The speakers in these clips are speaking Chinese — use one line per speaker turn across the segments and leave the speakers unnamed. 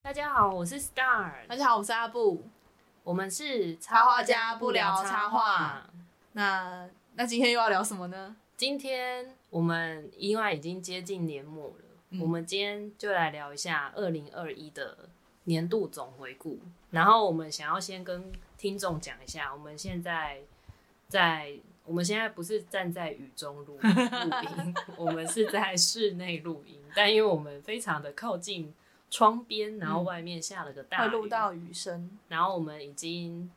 大家好，我是 Star，
大家好，我是阿布。
我们是
插画家不聊插画。那那今天又要聊什么呢？
今天我们因为已经接近年末了，
嗯
我们今天就来聊一下二零二一的年度总回顾。然后我们想要先跟听众讲一下，我们现在在我们现在不是站在雨中录录音，我们是在室内录音，但因为我们非常的靠近窗边，然后外面下了个大
会
雨，
录到雨声，
然后我们已经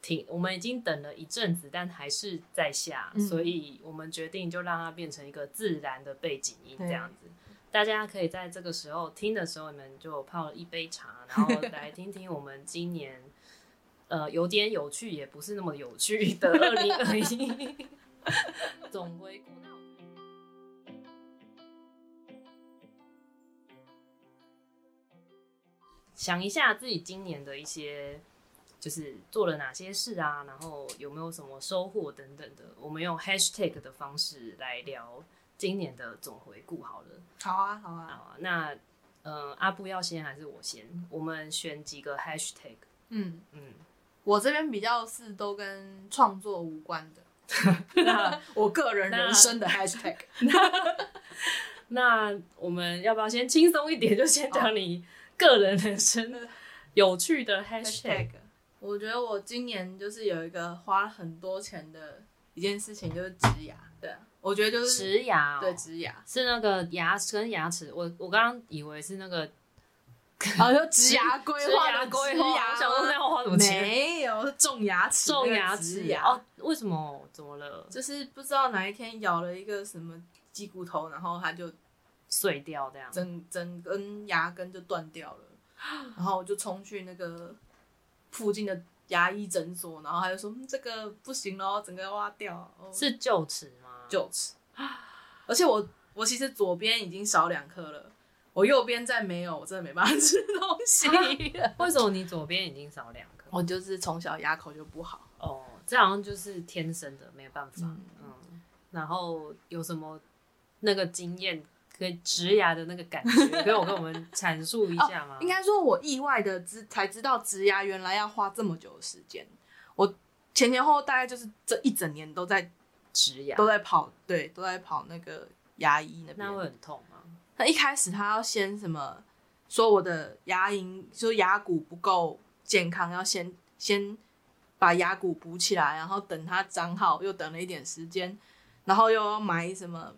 停，我们已经等了一阵子，但还是在下，
嗯
所以我们决定就让它变成一个自然的背景音这
对
样子。大家可以在这个时候听的时候，你们就泡了一杯茶，然后来听听我们今年。呃，有点有趣，也不是那么有趣的二零二一总归顾。那我想一下自己今年的一些，就是做了哪些事啊，然后有没有什么收获等等的。我们用 hashtag 的方式来聊今年的总回顾好了。
好啊，好
好
啊，
啊，那呃，阿布要先还是我先？我们选几个 hashtag。
嗯，
嗯，
我这边比较是都跟创作无关的， 我个人人生的 hashtag。
那我们要不要先轻松一点，就先讲你个人人生有趣的 hashtag？
我觉得我今年就是有一个花了很多钱的一件事情，就是植牙。对啊，我觉得就是
植牙、哦，
对植牙，
是那个牙齿跟牙齿，我我刚刚以为是那个
啊，就植牙规划的
植规
植
划，
牙
我想说那要花什么钱？
没有种牙齿，
种牙
齿
齿哦，为什么？怎么了？
就是不知道哪一天咬了一个什么鸡骨头，然后它就
碎掉这样？
整整根牙根就断掉了，然后我就冲去那个附近的牙医诊所，然后他就说、嗯、这个不行咯，整个要挖掉，哦、
是臼齿吗？
臼齿，而且我我其实左边已经少两颗了。我右边再没有，我真的没办法吃东西。
为什么你左边已经少两颗？
我就是从小牙口就不好，
哦，这好像就是天生的，没有办法。
嗯
嗯，然后有什么那个经验？可以植牙的那个感觉，可以我跟我们阐述一下 吗？
应该说，我意外的知才知道植牙原来要花这么久的时间。我前前后后大概就是这一整年都在
植牙，
都在跑，对，都在跑那个牙医那边。
那会很痛吗？
那一开始他要先什么？说我的牙龈就是牙骨不够健康，要先先把牙骨补起来，然后等它长好，又等了一点时间，然后又要买什么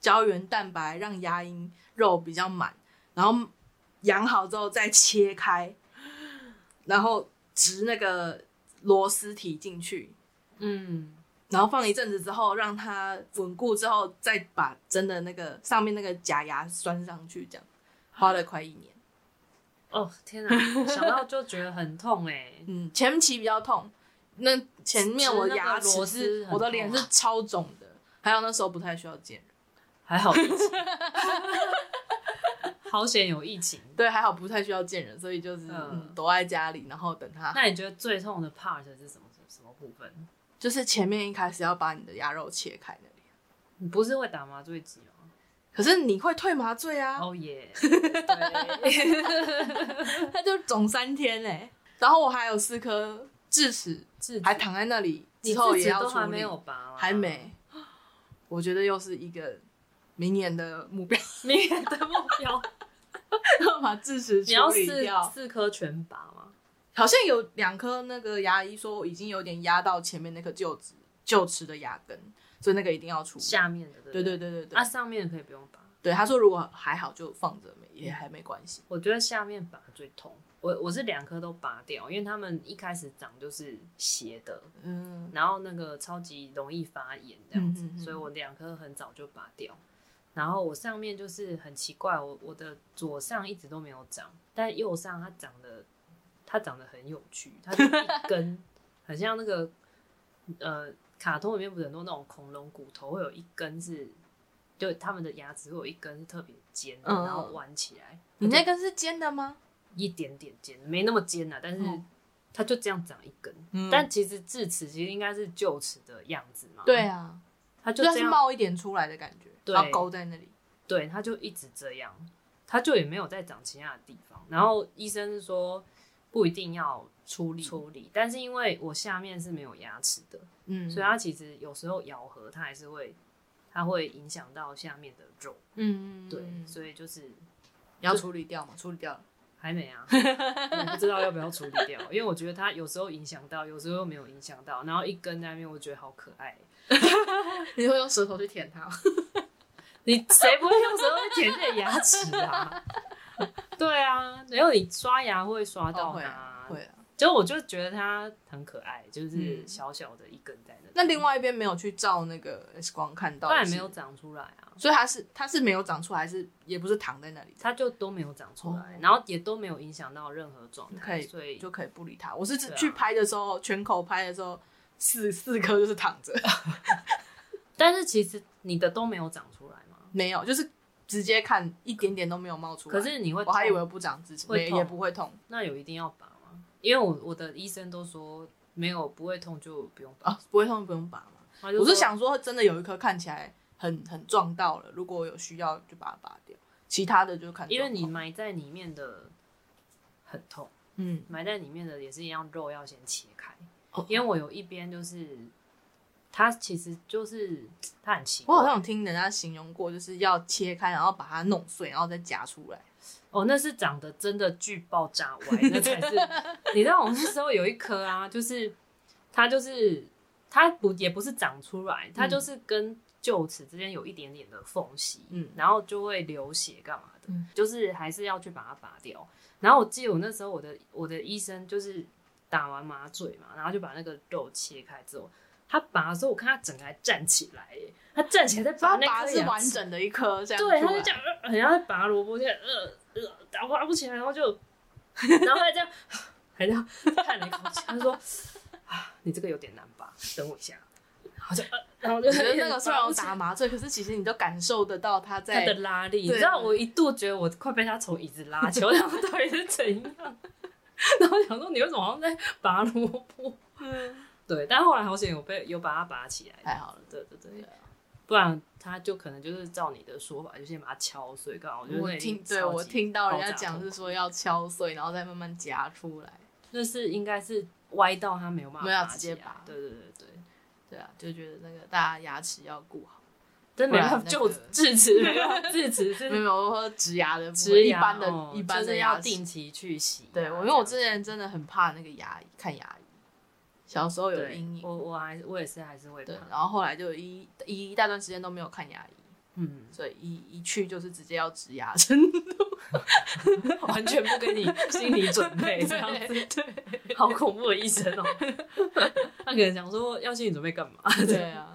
胶原蛋白让牙龈肉比较满，然后养好之后再切开，然后植那个螺丝体进去，
嗯，
然后放一阵子之后，让它稳固之后，再把真的那个上面那个假牙拴上去，这样花了快一年。
哦天哪，想到就觉得很痛哎、
嗯，前期比较痛，那前面我
吃那
牙
个螺
齿
丝很
是
痛啊
我的脸是超肿的，还有那时候不太需要见人，
还好疫 情，好险有疫情。
对，还好不太需要见人，所以就是
嗯
嗯躲在家里，然后等它
那你觉得最痛的 part 是什么什么部分？
就是前面一开始要把你的牙肉切开那里，
你不是会打麻醉剂吗？
可是你会退麻醉啊，
哦 耶，对，
它就肿三天嘞、欸然后我还有四颗智齿
自己
还躺在那里，
你
之后
自
也
己
要
都
处
还
理。
没有拔吗？
还 没。我觉得又是一个明年的目标，
明年的目标，
要把智齿
你要
处理
四
掉。
四颗全拔吗？
好像有两颗那个牙医说已经有点压到前面那颗臼齿臼齿的牙根，所以那个一定要处理。
下面的对不
对对
对
对对对，
啊，上面可以不用拔。
对他说如果还好就放着，没也还没关系。
我觉得下面拔最痛，我我是两颗都拔掉，因为他们一开始长就是斜的，
嗯，
然后那个超级容易发炎这样子，
嗯嗯嗯
所以我两颗很早就拔掉。然后我上面就是很奇怪，我我的左上一直都没有长，但右上它长得它长得很有趣，它就一根 很像那个呃卡通里面不是很多那种恐龙骨头会有一根是，就他们的牙齿会有一根是特别尖的，
嗯
然后弯起来
你那根是尖的吗？
一点点尖，没那么尖呐、但是
嗯
它就这样长一根。
嗯
但其实智齿其实应该是臼齿的样子嘛，
对，啊，
它就
就
这
是
样，
冒一点出来的感觉，
对
然后勾在那里。
对，它就一直这样，它就也没有再长其他的地方。然后医生是说不一定要
处理，
处理，但是因为我下面是没有牙齿的，
嗯，
所以它其实有时候咬合它还是会，它会影响到下面的肉。
嗯，
对，
嗯
所以就是
你要处理掉嘛，处理 掉了，
还没啊，我不知道要不要处理掉，因为我觉得它有时候影响到，有时候又没有影响到，然后一根在那边，我觉得好可爱。
你会用舌头去舔它，
你谁不会用舌头去舔自己的牙齿啊？ 对啊，然后你刷牙会刷到
会
它，
啊，会啊。
就我就觉得它很可爱，就是
嗯
小小的一根在那，
那另外一边没有去照那个 X 光看到，
当然没有，长出来啊，
所以它是它是没有长出来，还是也不是躺在那里，
它就都没有长出来
哦，
然后也都没有影响到任何状
可
态，
以
所以
就可以不理它。我是指
对啊
去拍的时候，全口拍的时候，四四颗就是躺着，
但是其实你的都没有长出来嘛，
没有，就是直接看一点点都没有冒出来。
可是你会
我还以
痛
为不长智齿，
会
也
痛
也不会痛
那有一定要拔吗？因为我我的医生都说没有不会痛就不用拔，
啊，不会痛不用拔嘛。
他就
我
说
是想说，真的有一颗看起来很很撞到了，如果有需要就把它拔掉，其他的就看
因为你
状况
埋在里面的很痛，
嗯，
埋在里面的也是一样，肉要先切开。
哦
因为我有一边就是，它其实就是它很奇
我
怪。
好像有听人家形容过，就是要切开，然后把它弄碎，然后再夹出来。
哦，那是长得真的巨爆炸歪，那才 是。你知道我那时候有一颗啊，就是它就是它不也不是长出来，
嗯
它就是跟臼齿之间有一点点的缝隙，
嗯
然后就会流血干嘛的，
嗯
就是还是要去把它拔掉。然后我记得我那时候我的我的医生就是打完麻醉嘛，然后就把那个肉切开之后，他拔的时候我看他整个还站起来耶，他站起来在拔
它
那
拔
颗
是
牙
完
齿
整的一颗，这样
对，他
出
就
来
这样，呃很像在拔萝卜，这样呃呃，打拔不起来，然 后就，然后还这样，还这样叹了一口气，他说：“啊，你这个有点难拔，等我一下。”然后就，呃然后就
我觉得那个虽然我
拔不起来
打麻醉，可是其实你都感受得到它
他
在
的拉力，你
对
知道我一度觉得我快被他从椅子拉起来，我想到底是怎样， 然后想说你为什么好像在拔萝卜？
嗯
对，但后来好险有被有把它拔起来，
太好了，
对对对
对啊，
不然他就可能就是照你的说法，就先把它敲碎。刚好我觉得
我
那已经
听，对
超级
我听到人
爆
家
炸
讲
痛
是说要敲碎，然后再慢慢夹出来。
那是应该是歪到他没有办法
没有
拔
直
起来，
接拔
对对对对，
对啊，就觉得那个大家牙齿要顾好。
真
不
没
然
办法，
那
就
个
智齿 没办法，智齿
没有
是
没有，我说植牙的部分，
植
一
牙
般的、
哦
一般
就
的
是
牙
要
齿
定期去洗牙。啊
对，我因为我之前真的很怕那个牙医，看牙医，小时候
这样
有
对
阴影，
我我还我也是还是会
对，
怕，
然后后来就一一一大段时间都没有看牙医，
嗯，
所以一一去就是直接要植牙 针，
完全不给你心理准备，这样子，
对对
好恐怖的医生哦。 他可能想说要心理准备干嘛？
对啊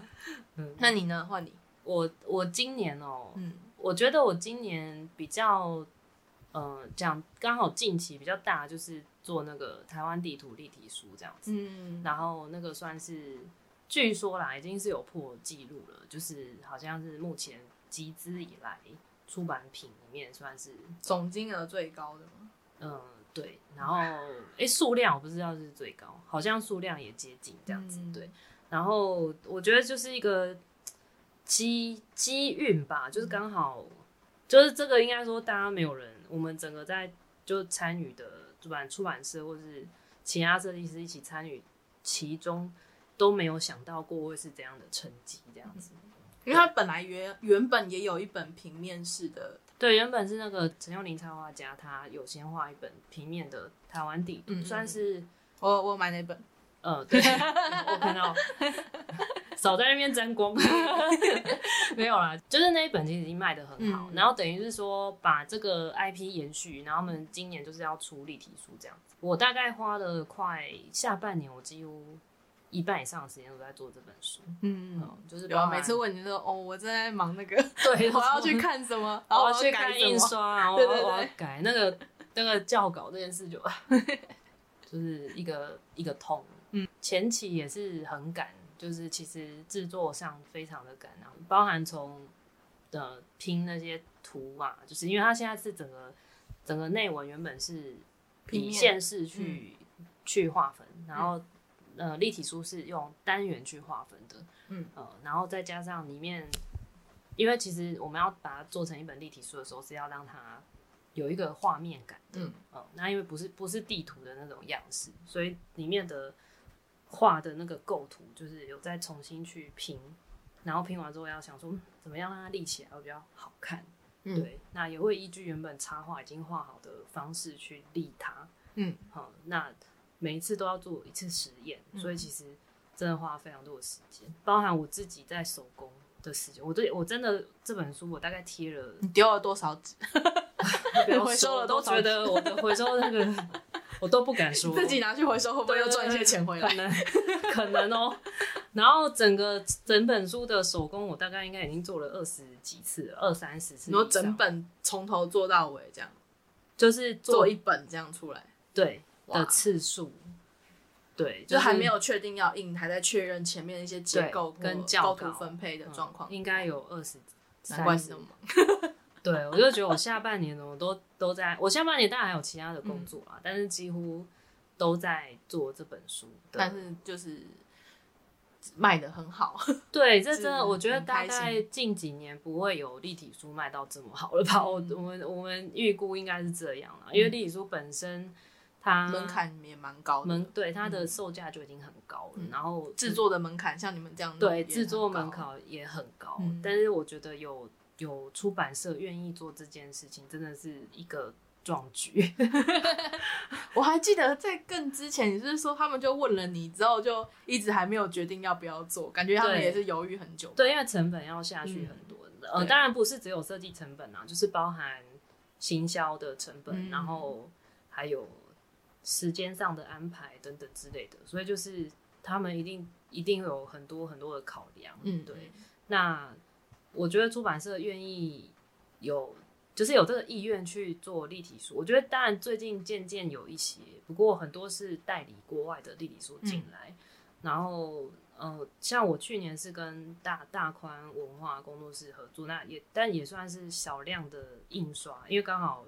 嗯。
那你呢？换你，
我我今年哦，
嗯
我觉得我今年比较，呃，讲刚好近期比较大，就是做那个台湾地图立体书这样子。
嗯，
然后那个算是据说啦，已经是有破纪录了，就是好像是目前集资以来出版品里面算是，
总金额最高的吗？
嗯、对。然后诶，数量我不知道是最高，好像数量也接近这样子，
嗯
对。然后我觉得就是一个机机运吧，就是刚好，就是这个应该说大家没有人，我们整个在就参与的出版出版社或是其他设计师一起参与其中都没有想到过会是这样的成绩，这样子。
因为他本来原原本也有一本平面式的，
对，原本是那个陈佑林插画家，他有先画一本平面的台湾地图，
嗯嗯嗯
算是
我我买那本，
呃，对，我看到，少在那边沾 光，没有啦，就是那一本其实已经卖的很好，
嗯
然后等于是说把这个 IP 延续，然后我们今年就是要出立体书这样子。我大概花了快下半年，我几乎一半以上的时间都在做这本书，
嗯
嗯，就是
有啊，
包含
每次问你就说哦，我正在忙那个，
对，
我要去看什么，然后
我要去看
改什么
哦印刷，啊 然后我
对
要
对
我要
对
改那个那个校稿这件事就， 就是一个一个痛。嗯，前期也是很赶，就是其实制作上非常的赶啊，包含从呃拼那些图啊，就是因为它现在是整个整个内文原本是
平
以
面
线式去、去划分，然后、呃立体书是用单元去划分的，
嗯
呃，然后再加上里面，因为其实我们要把它做成一本立体书的时候，是要让它有一个画面感的。
嗯
嗯，那因为不是不是地图的那种样式，所以里面的画的那个构图就是有再重新去拼，然后拼完之后要想说嗯怎么样让它立起来会比较好看。
嗯
对，那也会依据原本插画已经画好的方式去立它。
嗯，
好、那每一次都要做一次实验，
嗯
所以其实真的花了非常多的时间，包含我自己在手工的时间。我对我真的这本书我大概贴了。
你丢了多少纸？
不要
回收
说
了
都
多少
觉得我的回收那个我都不敢说，
自己拿去回收会不会又赚一些钱回
可
来？
能可能哦。然后整个整本书的手工，我大概应该已经做了二十几次了，二三十次以
你
上。
说整本从头做到尾这样，
就是做
做一本这样出来，
对
哇
的次数，对，
就是还没有确定要印，还在确认前面一些结构
对跟教
构
稿
图分配的
嗯
状况。
应该有二十。
难
三
怪你
十
那么忙。
对，我就觉得我下半年哦我都都在，我下半年当然还有其他的
嗯
工作啦，啊但是几乎都在做这本书的
但是就是卖的很好，
对，这真
是
的，我觉得
很
大
开
概
心
近几年不会有立体书卖到这么好了吧？我
嗯
我们我们预估应该是这样了，因为立体书本身它
门槛也蛮高的，
嗯门对它的售价就已经很高了，
嗯
然后
制作的门槛像你们这样弄
对
也
制作
很高
门槛也很高，
嗯
但是我觉得有有出版社愿意做这件事情，真的是一个壮举。
我还记得在更之前，你是说他们就问了你之后，就一直还没有决定要不要做，感觉他们
对
也是犹豫很久。
对，因为成本要下去
嗯
很多。呃，
对
当然不是只有设计成本啊，就是包含行销的成本，
嗯
然后还有时间上的安排等等之类的。所以就是他们一定一定有很多很多的考量。
嗯，
对。那我觉得出版社愿意有。就是有这个意愿去做立体书，我觉得当然最近渐渐有一些，不过很多是代理国外的立体书
嗯
进来，然后呃，像我去年是跟大大宽文化工作室合作，那也但也算是少量的印刷，因为刚好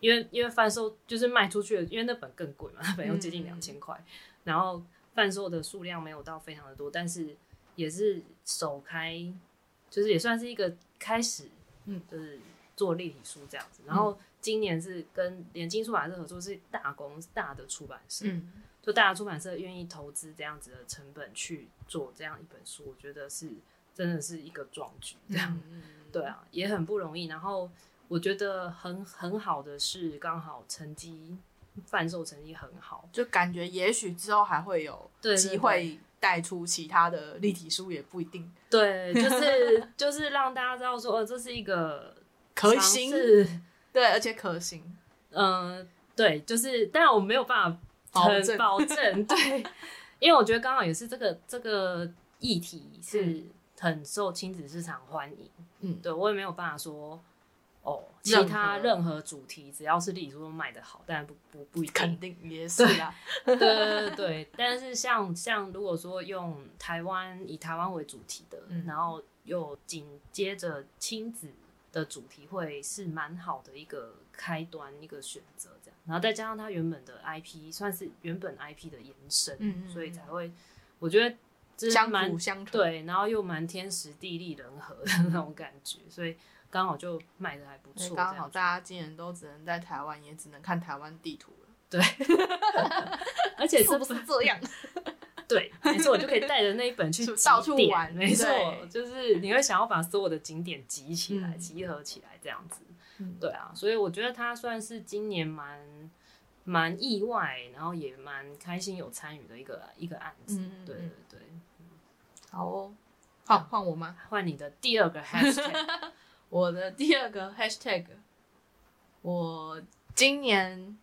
因为因为贩售就是卖出去的，因为那本更贵嘛， 那本要接近两
嗯
千块，然后贩售的数量没有到非常的多，但是也是首开，就是也算是一个开始，
嗯，
就是做立体书这样子。然后今年是跟联经出版社合作，是大公大的出版社，
嗯，
就大家出版社愿意投资这样子的成本去做这样一本书，我觉得是真的是一个壮举，这样、
嗯
对啊，也很不容易。然后我觉得很很好的是，刚好成绩贩售成绩很好，
就感觉也许之后还会有
对对
机会带出其他的立体书，也不一定。
对，就是就是让大家知道说，呃，这是一个
可
尝
行
试
对，而且可行，
嗯、对，就是，当然我没有办法
保
很
证
保 证，对，因为我觉得刚好也是这个这个议题是很受亲子市场欢迎，
嗯
对我也没有办法说哦，其
任
他
何
任何主题只要是立体书都卖得好，但不不不一定
肯，定也是啦。
对对对对，但是像像如果说用台湾以台湾为主题的，
嗯
然后又紧接着亲子的主题会是蛮好的一个开端一个选择这样，然后再加上它原本的 IP 算是原本 IP 的延伸，
嗯嗯嗯
所以才会我觉得这是
相
蛮
辅相成，
对，然后又蛮天时地利人和的那种感觉，所以刚好就卖的还不
因为
错，
刚好大家今年都只能在台湾，也只能看台湾地图了。
家，而且这
不 是这样？
对，没错，我就可以带着那一本去
就
集
到处
点
玩
没错，
对
就是你会想要把所有的景点集起来、
嗯
集合起来这样子。
嗯
对啊，所以我觉得它算是今年蛮蛮意外，然后也蛮开心有参与的一个一个案子。
嗯，
对对对，
好哦，
嗯
换换我吗？
换你的第二个 hashtag，
我的第二个 hashtag，我今年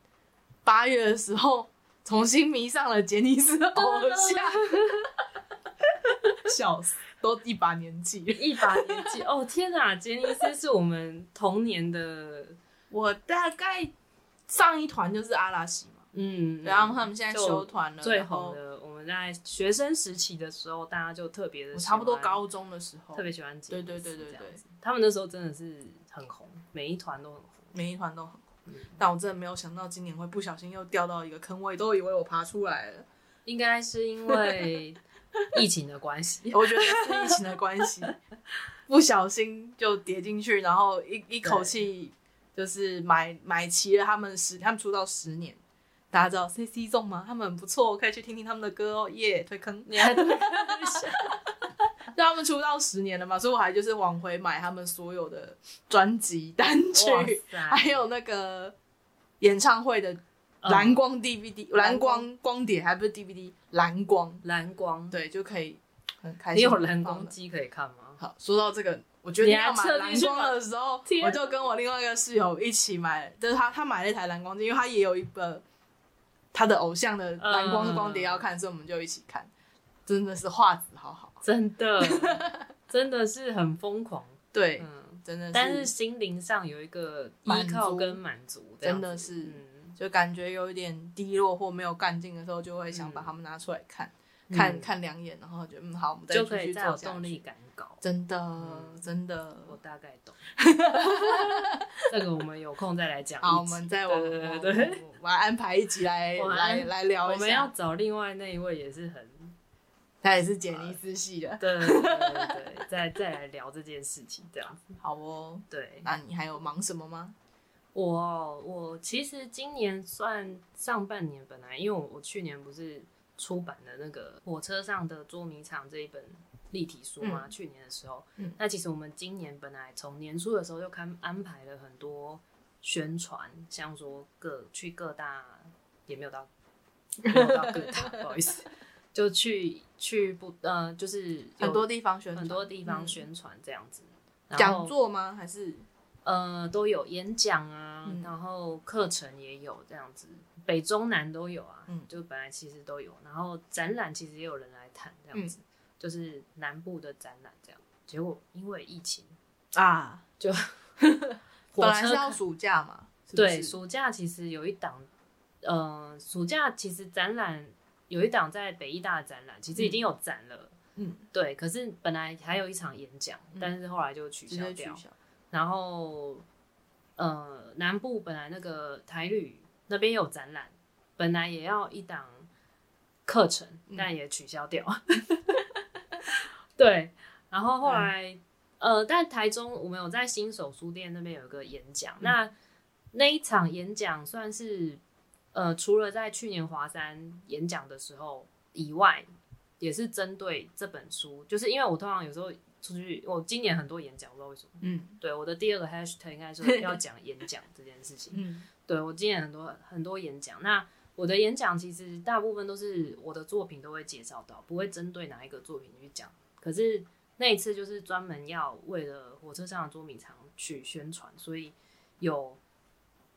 八月的时候重新迷上了杰 尼斯的偶像，笑死，都一把年纪了。
一把年纪哦，天哪，杰尼斯是我们童年的，
我大概上一团就是阿拉西嘛，
嗯，
然后他们现在
就
休团了，
最
然后
红的，我们在学生时期的时候，大家就特别的，
我差不多高中的时候
特，别喜欢杰尼斯
哦对对对对
这样
对
子他们那时候真的是很红，每一团都很红。
每一团都很红。但我真的没有想到今年会不小心又掉到一个坑位，都以为我爬出来了。
应该是因为 疫情的关 系，
我觉得是疫情的关系，不小心就跌进去，然后一一口气就是买买齐了他们十，他们出道十年，大家知道 C C 众吗？他们很不错，可以去听听他们的歌哦，耶、推坑。
你还
就他们出道十年了嘛，所以我还就是往回买他们所有的专辑单
哇
曲，
塞
还有那个演唱会的
嗯
蓝光 DVD、蓝
蓝光
光光碟，还不是 DVD，蓝光，
蓝光，
对，就可以很开心。
你有蓝光？机可以看吗？
好，说到这个，我决定要买
你还特地
蓝
去
光
买
的时候，
天啊
我就跟我另外一个室友一起买，就是他他买了一台蓝光机，因为他也有一个他的偶像的蓝光
嗯
光碟要看，所以我们就一起看，真的是画质好好，
真 的，真的是很疯狂，
对，
嗯，
真的
但是心灵上有一个
满
依
足
靠跟满足，这样
真的
子
是
嗯
就感觉有一点低落或没有干劲的时候，就会想把他们拿出来看、看
嗯
看两眼，然后觉得嗯好，我们再
就
继
可以
续
再
做
有
下
动
去。
力感搞。
真的，真的。
嗯我大概 懂，这个我们有空再来讲一集。
好，我们再往
对对对对，
我我安排一集来
我们
来
安
来聊
我
一
们要
下。
找另外那一位也是很
他也是杰
呃
尼斯系 的，
对对对对对，再再来聊这件事情，这样子。
好哦。
对，
那你还有忙什么吗？
我哦我其实今年算上半年，本来因为我我去年不是出版的那个《火车上的捉迷藏》这一本立体书嘛，去年的时候，
嗯
那其实我们今年本来从年初的时候就看安排了很多宣传，像说各去各大也没有到没有到各 大，不好意思，就去去不呃，就是有
很多地方宣传，
很多地方
嗯
宣传这样子，然后
讲座吗？还是
呃，都有演讲啊，
嗯
然后课程也有这样子，北中南都有啊，
嗯
就本来其实都有，然后展览其实也有人来谈这
嗯
样子，就是南部的展览这样。结果因为疫情，
啊？
火
本来
车
是要
开
暑假嘛，是不
对
是
暑假其实有一档，呃，暑假其实展览有一档在北医大的展览，其实已经有展了，
嗯，
对，可是本来还有一场演讲，
嗯
但是后来就取
直
消
接取
掉，
消。
然后呃，南部本来那个台旅那边有展览，本来也要一档课程
嗯，
但也取消掉。 对，然后后来、呃，但台中我们有在新手书店那边有一个演讲，那那一场演讲算是呃，除了在去年华山演讲的时候以外，也是针对这本书，就是因为我通常有时候出去，我今年很多演讲，我不知道为什么。
嗯
对，我的第二个 hashtag 应该是要讲演讲这件事情。
嗯
对我今年很多很多演讲，那我的演讲其实大部分都是我的作品都会介绍到，不会针对哪一个作品去讲。可是那一次就是专门要为了火车上的捉迷藏去宣传，所以有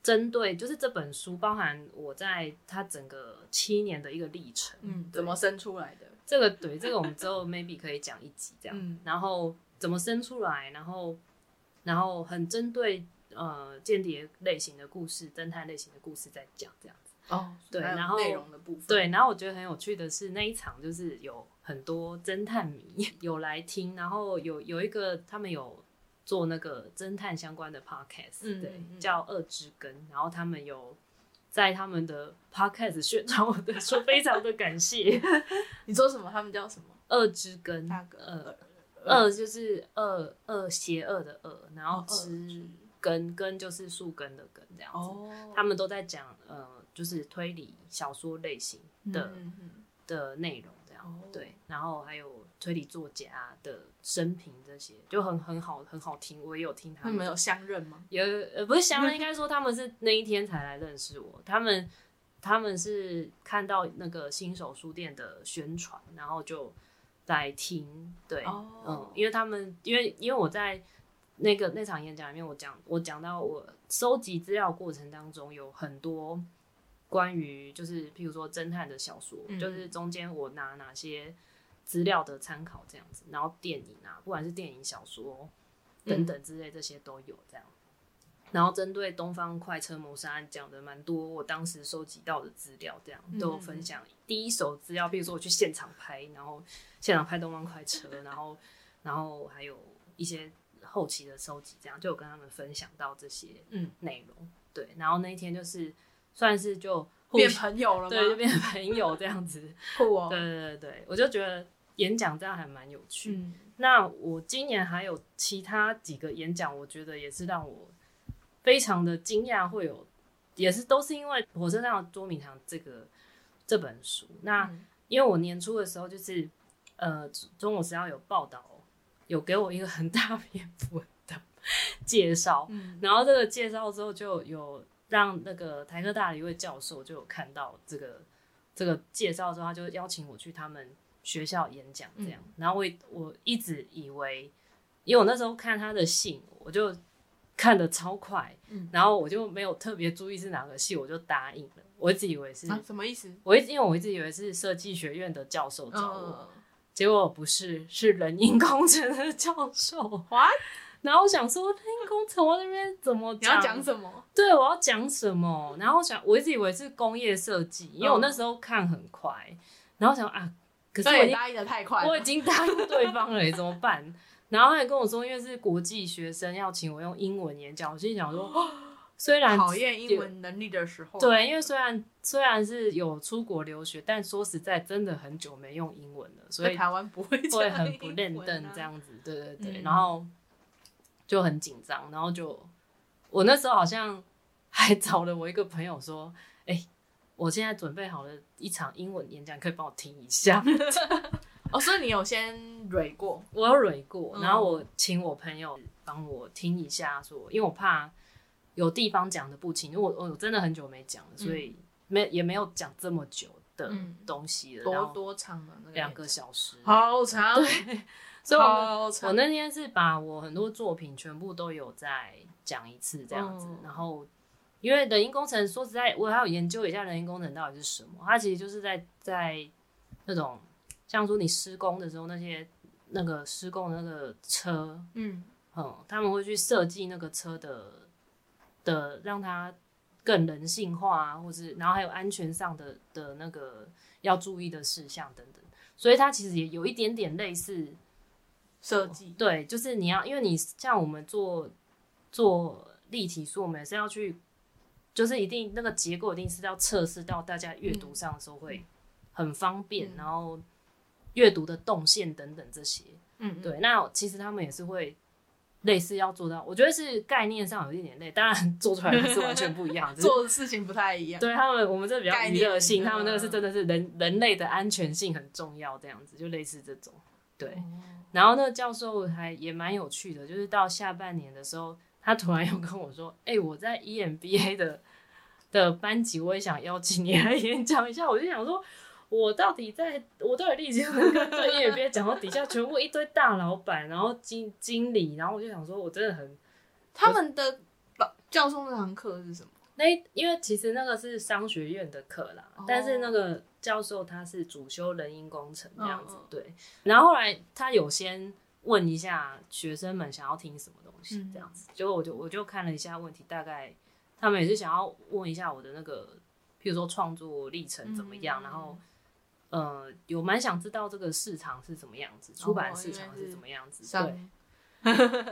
针对就是这本书，包含我在它整个七年的一个历程。
嗯，
对
怎么生出来的？
这个对这个我们之 后 maybe 可以讲一集这样。
嗯
然后怎么生出来，然后然后很针对呃间谍类型的故事、侦探类型的故事在讲这样子。
哦，
对
还有
然后
内容的部分，
对，然后我觉得很有趣的是那一场就是有很多侦探迷 有来听，然后有有一个他们有做那个侦探相关的 podcast，、
嗯
对
嗯，嗯
叫二之根，然后他们有。在他们的 podcast 宣传我的说，非常的感 谢
你说什么？他们叫什么？
二之根，
大哥，
呃，
呃
恶就是恶恶邪恶的恶，然后
哦恶
枝根根就是树根的根这样子。
哦
他们都在讲呃，就是推理小说类型的、
嗯嗯
的内容这样。
哦
对，然后还有推理作家的生平这些，就很很好很好听。我也有听他
他
们
们有相认吗？
有呃不是相认，应该说他们是那一天才来认识我，他们他们是看到那个新手书店的宣传，然后就来听，对，
哦
嗯，因为他们因为因为我在那个那场演讲里面，我讲我讲到我收集资料过程当中有很多关于就是譬如说侦探的小说，
嗯
就是中间我拿哪些资料的参考这样子，然后电影啊，不管是电影、小说
嗯
等等之类，这些都有这样。然后针对东方快车谋杀案讲的蛮多，我当时收集到的资料，这样
嗯
都有分享第一手资料，比如说我去现场拍，然后现场拍东方快车，然后然后还有一些后期的收集，这样就有跟他们分享到这些
嗯
内容。对，然后那一天就是算是就互
变
相
朋友了吗？
对就变成朋友这样子。
酷哦
对，对对对，我就觉得演讲这样还蛮有趣的
嗯，
那我今年还有其他几个演讲，我觉得也是让我非常的惊讶，会有也是都是因为《火车上的捉迷藏》这个这本书。那
嗯
因为我年初的时候就是呃，中国时报有报道，哦有给我一个很大篇幅的介绍，
嗯
然后这个介绍之后，就有让那个台科大的一位教授就有看到这个这个介绍之后，他就邀请我去他们学校演讲这
嗯
样。然后我也我一直以为，因为我那时候看他的信，我就看的超快，
嗯
然后我就没有特别注意是哪个系，我就答应了。我一直以为是，
啊，什么意思？
我一直因为我一直以为是设计学院的教授找我，
嗯
结果不是，是人因工程的教授。
，what？
然后我想说，人因工程我那边怎么
你要讲什么？
对，我要讲什么？然后我想，我一直以为是工业设计，因为我那时候看很快，然后想啊，可是
嗯所
我已
以
经
答应的太快了，
我已经答应对方了，怎么办？然后他也跟我说，因为是国际学生，要请我用英文演讲。我心里想说， 哦虽然
考验英文能力的时候，
对，因为虽然虽然是有出国留学，但说实在，真的很久没用英文了，所
在
以
台湾不会
会
讲
很不
英
认
文
真
啊
这。样子，对对对，
嗯
然后就很紧张，然后就我那时候好像 还找了我一个朋友说，哎、我现在准备好了一场英文演讲，可以帮我听一下。
哦，所以你有先蕊过，
我有蕊过，
嗯
然后我请我朋友帮我听一下说，因为我怕有地方讲的不清，因为我哦我真的很久没讲了，所以没也没有讲这么久的
嗯
东西了，然
多
后
多长啊？那个
两个小时，
好长，
所以我们
好
我
长。
那天是把我很多作品全部都有再讲一次这样子，
嗯
然后因为人因工程，说实在，我还要研究一下人因工程到底是什么。它其实就是在在那种像说你施工的时候，那些那个施工的那个车，
嗯，
嗯，他们会去设计那个车的的让它更人性化啊，或是然后还有安全上的的那个要注意的事项等等，所以它其实也有一点点类似。
设计
对，就是你要，因为你像我们做做立体书，我们也是要去，就是一定那个结构一定是要测试到大家阅读上的时候会很方便，
嗯
然后阅读的动线等等这些。
嗯，
对，那其实他们也是会类似要做到，我觉得是概念上有一点累，当然 做出来的是完全不一样，只是
嗯做的事情不太一样。
对他们，我们这比较
概
娱
念
乐性，
嗯
他们那个是真的是人人类的安全性很重要，这样子就类似这种。对，
哦
然后那个教授还也蛮有趣的，就是到下半年的时候，他突然又跟我说：“哎、我在 EMBA 的的班级，我也想邀请你来演讲一下。”我就想说。我到底在，我到底历经能跟对 E EMBA 讲到底下全部一堆大老板，然后经经理，然后我就想说，我真的很
他们的老教授那堂课是什么？
那一因为其实那个是商学院的课啦，
哦
但是那个教授他是主修人因工程这样子，
嗯嗯
对。然后后来他有先问一下学生们想要听什么东西
嗯
这样子，结果我就我就看了一下问题，大概他们也是想要问一下我的那个，譬如说创作历程怎么样，
嗯
然后。呃，有蛮想知道这个市场是怎么样子，出版市场
因为
是
是
怎么样子，对，
嗯上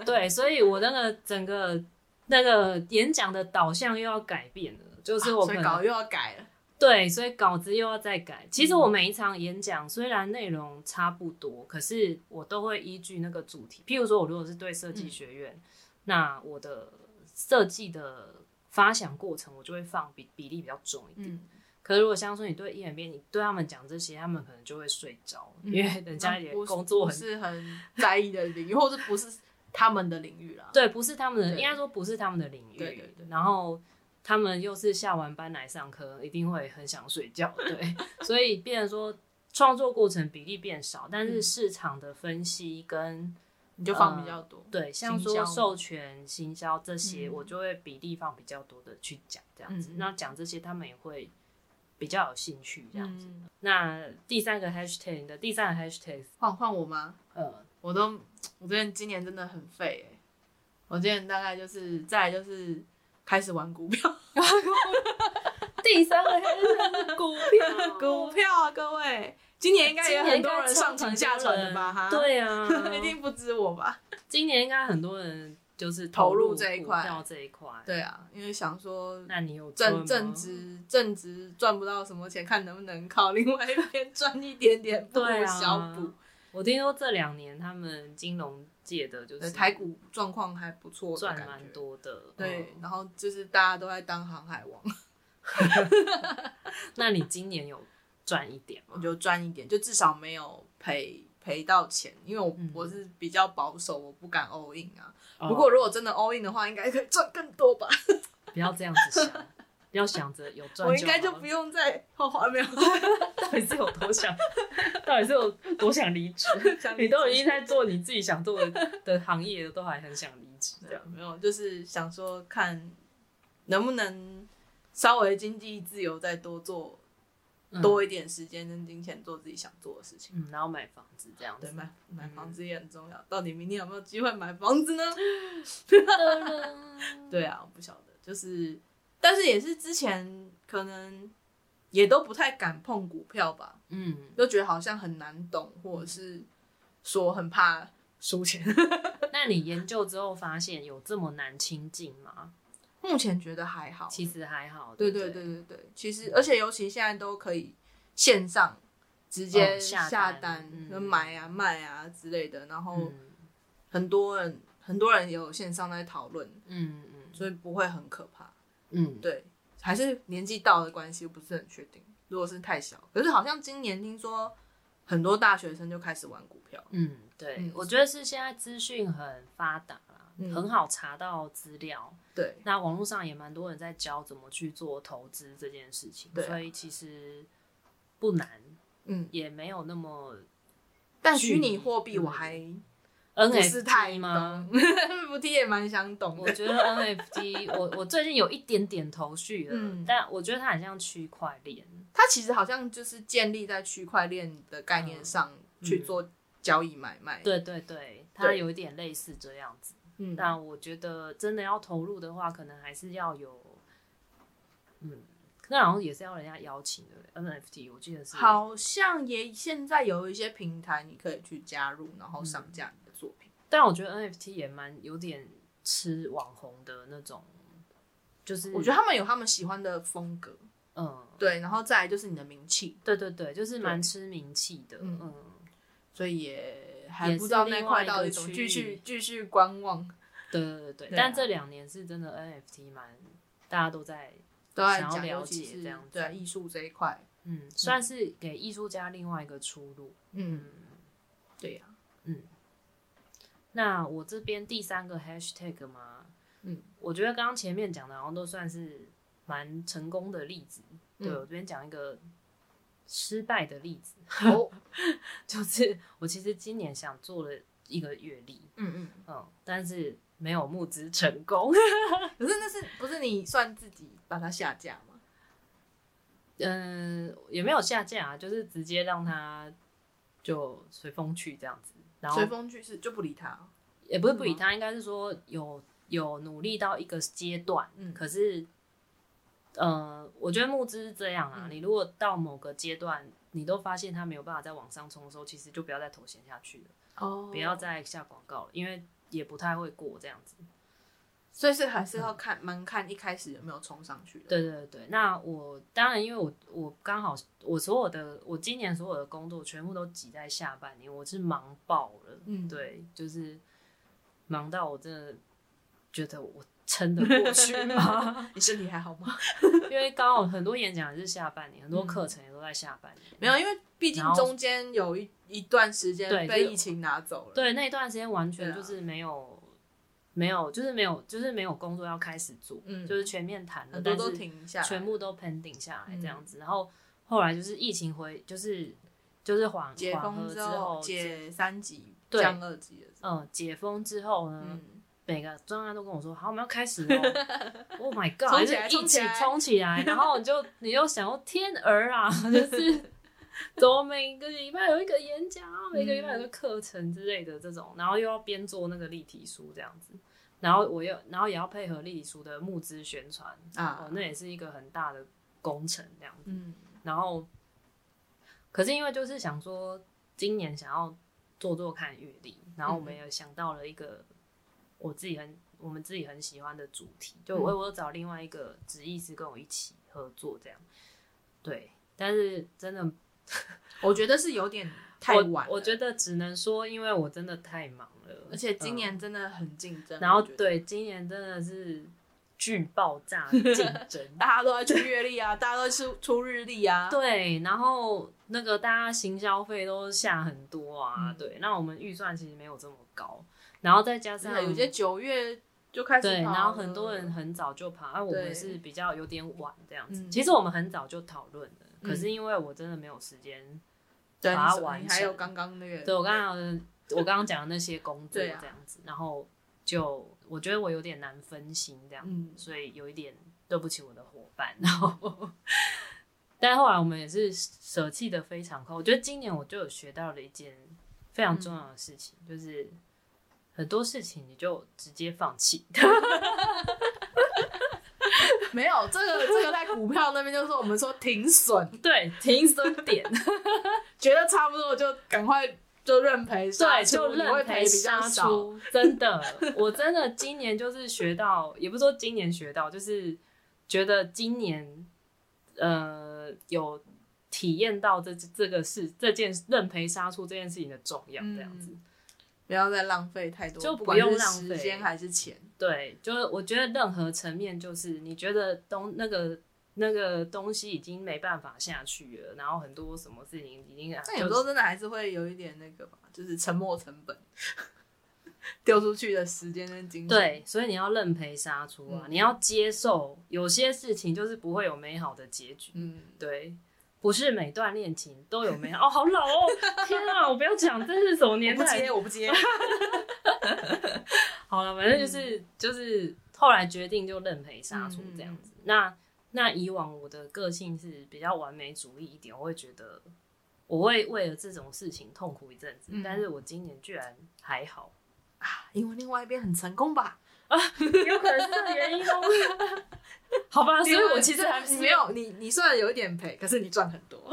对，所以我那个整个那个演讲的导向又要改变了，就是我
啊所
可
以
能、
稿又要改了。
对，所以稿子又要再改。其实
嗯
我每一场演讲虽然内容差不多，可是我都会依据那个主题，譬如说我如果是对设
嗯
计学院，那我的设计的发想过程我就会放比比例比较重一点。
嗯，
可是如果像说你对一人编，你对他们讲这些，他们可能就会睡着，
嗯
因为人家也
那不是
工作
不
很
是很在意的领域，或者不是他们的领域啦。
对，不是他们的，
啊对
应该说不是他们的领域。
对对对
然后他们又是下完班来上课，一定会很想睡觉。对， 所以变成说创作过程比例变少，但是
嗯
市场的分析跟呃
你
嗯
就放比较多。
对，像
行
说
销
授权、行销这些，
嗯
我就会比例放比较多的去讲这样子
嗯。嗯
那讲这些，他们也会比较有兴趣这样子。
嗯，
那第三个 hashtag 你的第三个 hashtag，
换换我吗？
呃，
我都我最近今年真的很废哎、我今年大概就是再来就是开始玩股票，
第三个 hashtag 是股票，
股票啊各位，今年应该也很多人上
船
船下船的吧哈，，，
对啊
一定不止我吧？
今年应该很多人就是
投入
入
这一块
股票这一块。，
对啊，因为想说
那你有
正
赚
正
吗？
职 正职赚不到什么钱，看能不能靠另外一边赚一点点补
对啊
小补，
我听说这两年他们金融界的就是
对台股状况还不错，
赚蛮。多的，
对，
嗯
然后就是大家都在当航海王，
那你今年有赚一点
我
吗？
就赚一点，就至少没有赔赔到钱，因为我、
嗯
我是比较保守，我不敢 all in 啊。不过如果真的 all in 的话，应该可以赚更多吧？
哦不要这样子想， 不要想着有赚，
我应该就不用再后花没有
到底是有多想， 到底是有多想离职？
想
你都已经在做你自己想做的的行业了，都还很想离职这样。
没有，就是想说看能不能稍微经济自由，再多做、
嗯
多一点时间跟金钱做自己想做的事情。
嗯，然后买房子这样
对，
子。
买买
嗯
房子也很重要。到底明天有没有机会买房子呢？ 对啊，我不晓得，就是，但是也是之前可能也都不太敢碰股票吧，
嗯，
都觉得好像很难懂，或者是说很怕输钱。
那你研究之后发现有这么难亲近吗？
目前觉得还好，
其实还好。嗯
对
哦对
对
不
对对对，其实而且尤其现在都可以线上直接
哦下单
下单、
嗯
买啊卖啊之类的，然后
嗯
很多人很多人也有线上在讨论，
嗯嗯
所以不会很可怕。
嗯，
对，还是年纪到的关系，我不是很确定。如果是太小，可是好像今年听说很多大学生就开始玩股票，
嗯，对，
嗯
我觉得是现在资讯很发达啦，
嗯
很好查到资料。
对，
那网络上也蛮多人在教怎么去做投资这件事情，
对啊
所以其实不难，
嗯。
也没有那么
但虚拟货币
嗯
我还不是
NFT
太懂
吗？
，NFT 也蛮想懂
我
的。
觉得 NFT，我我最近有一点点头绪了，
嗯
但我觉得它很像区块链，
它其实好像就是建立在区块链的概念上
嗯
去做交易买卖。，嗯
对对对，它
对
有一点类似这样子。
嗯，
那我觉得真的要投入的话，可能还是要有，嗯，那好像也是要人家邀请的 NFT，我记得是，
好像也现在有一些平台你可以去加入，然后
嗯
上架你的作品。
但我觉得 NFT 也蛮有点吃网红的那种，就是
我觉得他们有他们喜欢的风格，
嗯，
对，然后再来就是你的名气。
对对对，就是蛮吃名气的，
嗯
嗯，
所以也还不知道那块到底怎么
也
继
是另外一
续
个
继续观望，
对对对对
对啊
但这两年是真的 NFT 蛮大家都在，
都在
想
讲，
要了
尤
解
其是
这样子
对艺术这一块，
嗯，算是给艺术家另外一个出路。
嗯，对啊 呀、
那我这边第三个 hashtag 嘛，
嗯，
我觉得刚刚前面讲的好像都算是蛮成功的例子。对我这边讲一个失败的例子，
哦，
就是我其实今年想做了一个月历，
嗯
嗯，但是没有募资成功。
嗯，可是那是不是你算自己把它下架吗？
嗯，也没有下架，就是直接让它就随风去这样子。然后
随风去世就不理他哦，
也不是不理他，应该是说有有努力到一个阶段，
嗯
可是，呃，我觉得募资是这样啊，
嗯
你如果到某个阶段，你都发现它没有办法再往上冲的时候，其实就不要再投钱下去了，
哦
不要，再下广告了，因为也不太会过这样子。
所以是还是要看蛮看一开始有没有冲上去的，
对对对，那我当然因为我我刚好我所有的我今年所有的工作全部都挤在下半年，我是忙爆了，
嗯
对，就是忙到我真的觉得我撑得过 去吗？
你身体还好吗？
因为刚好很多演讲也是下半年，很多课程也都在下半年。
嗯没有，因为毕竟
然后
中间有一一段时间
对
被
就是
疫情拿走了，，
对，那一段时间完全
对啊
就是没有，没有，就是没有，就是没有工作要开始做，
嗯
就是全面谈的，
很多
但
都
是
停下来，
全部都 pending 下来
嗯
这样子。然后后来就是疫情回，就是就是缓
解
缓
封
和
之
之
后
后，
解三级
对
降二级的时候，
嗯，解封之后呢，
嗯。
每个专案都跟我说：“好，我们要开始 了。”Oh my god！
冲起来
就是一起
冲起来
冲起来，然后你就你就想说天儿啊， 就是怎么每个礼拜有一个演讲，每个礼拜有
嗯
个课程之类的这种，然后又要边做那个立体书这样子，然后我又然后也要配合立体书的募资宣传
啊
哦，那也是一个很大的工程这样子。
嗯
然后，可是因为就是想说，今年想要做做看阅历，然后我们
嗯
也想到了一个我自己很我们自己很喜欢的主题，就
嗯
我我有找另外一个职艺师跟我一起合作这样，对，但是真的，
我觉得是有点太晚
我。我觉得
得，
只能说，因为我真的太忙了，
而且今年
嗯
真的很竞争，
然后
我觉得。
对今年真的是巨爆炸的竞争
大家都在出月历啊， 大家都出出日历啊，
对，然后那个大家行销费都下很多啊，
嗯
对，那我们预算其实没有这么高，然后再加
真
上
的有些九月就开始
对，
跑
然后很
了嗯
多人很早就爬，而我
对
们是比较有点晚这样子。
嗯
其实我们很早就讨论了，
嗯
可是因为我真的没有时间，
对，
把它
你
完
你还有
成
刚刚那
对
个，
我刚刚我刚刚讲的那些工作这
对啊
样子，然后就我觉得我有点难分心这样，
嗯，
所以有一点对不起我的伙伴， 然后。但后来我们也是舍弃的非常快。我觉得今年我就有学到了一件非常重要的事情，就是很多事情你就直接放弃。
没有这个这个在股票那边就是我们说停损，
对，停损点，
觉得差不多就赶快就认赔杀
对，
出，
就
你会
认
赔
赔
比较
杀
少。
出。真的， 我真的今年就是学到，也不是说今年学到，就是觉得今年呃有体验到这这个事这件认赔杀出这件事情的重要，这样
嗯
子。
不要再浪费太多，
就
不
不
管
用
是
浪
时
费
间还是钱。
对，就是我觉得任何层面，就是你觉得东那个。那个东西已经没办法下去了，然后很多什么事情已经啊
但有时候真的还是会有一点那个吧，就是沉没成本，丢出去的时间跟精神。
对，所以你要认赔杀出啊，
嗯
你要接受有些事情就是不会有美好的结局。
嗯，
对，不是每段恋情都有美好。哦，好老 哦！天啊，我不要讲这是什么年
我不
代
接，。我不接。
好了，反正就是、就是后来决定就认赔杀出这样子。那那以往我的个性是比较完美主义一点，我会觉得我会为了这种事情痛苦一阵子，
嗯
但是我今年居然还好。
啊因为另外一边很成功吧？
有可能是这个原因哦。 好吧，啊所以我其实还
你没有你，你虽然有一点赔，可是你赚很多。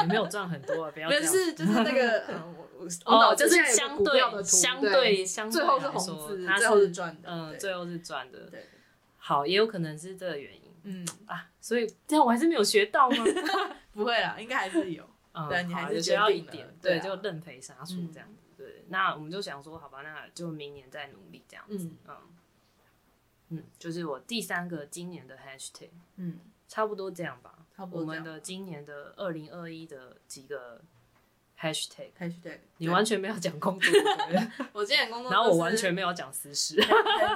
也没有赚很多啊，不要
没
这样
有，就
子。
是就是那个， 呃我我我脑
哦，
子
就是
现在有
相
个股票的
对
图
相
对，
相对
最后是
来
红
说
字，
它
最后是赚的。
嗯，
对
最后是赚的。
对，
好，也有可能是这个原因
嗯，
啊，所以这样我还是没有学到 吗？
不会啦，应该还是有。
嗯，
对你还
好
是
有
决
学到一
定了
点，
对
对，
啊嗯
就认赔杀出这样子。对，那我们就想说，好吧，那就明年再努力这样子。
嗯
嗯嗯，就是我第三个今年的 hashtag，
嗯，
差不多这样吧。
差不
我
多
们
这样。
的今年的二零二一的几个 hashtag，
开始对，
你
对
完全没有讲工作，对不对
我之前工作，
然后我完全没有讲私事。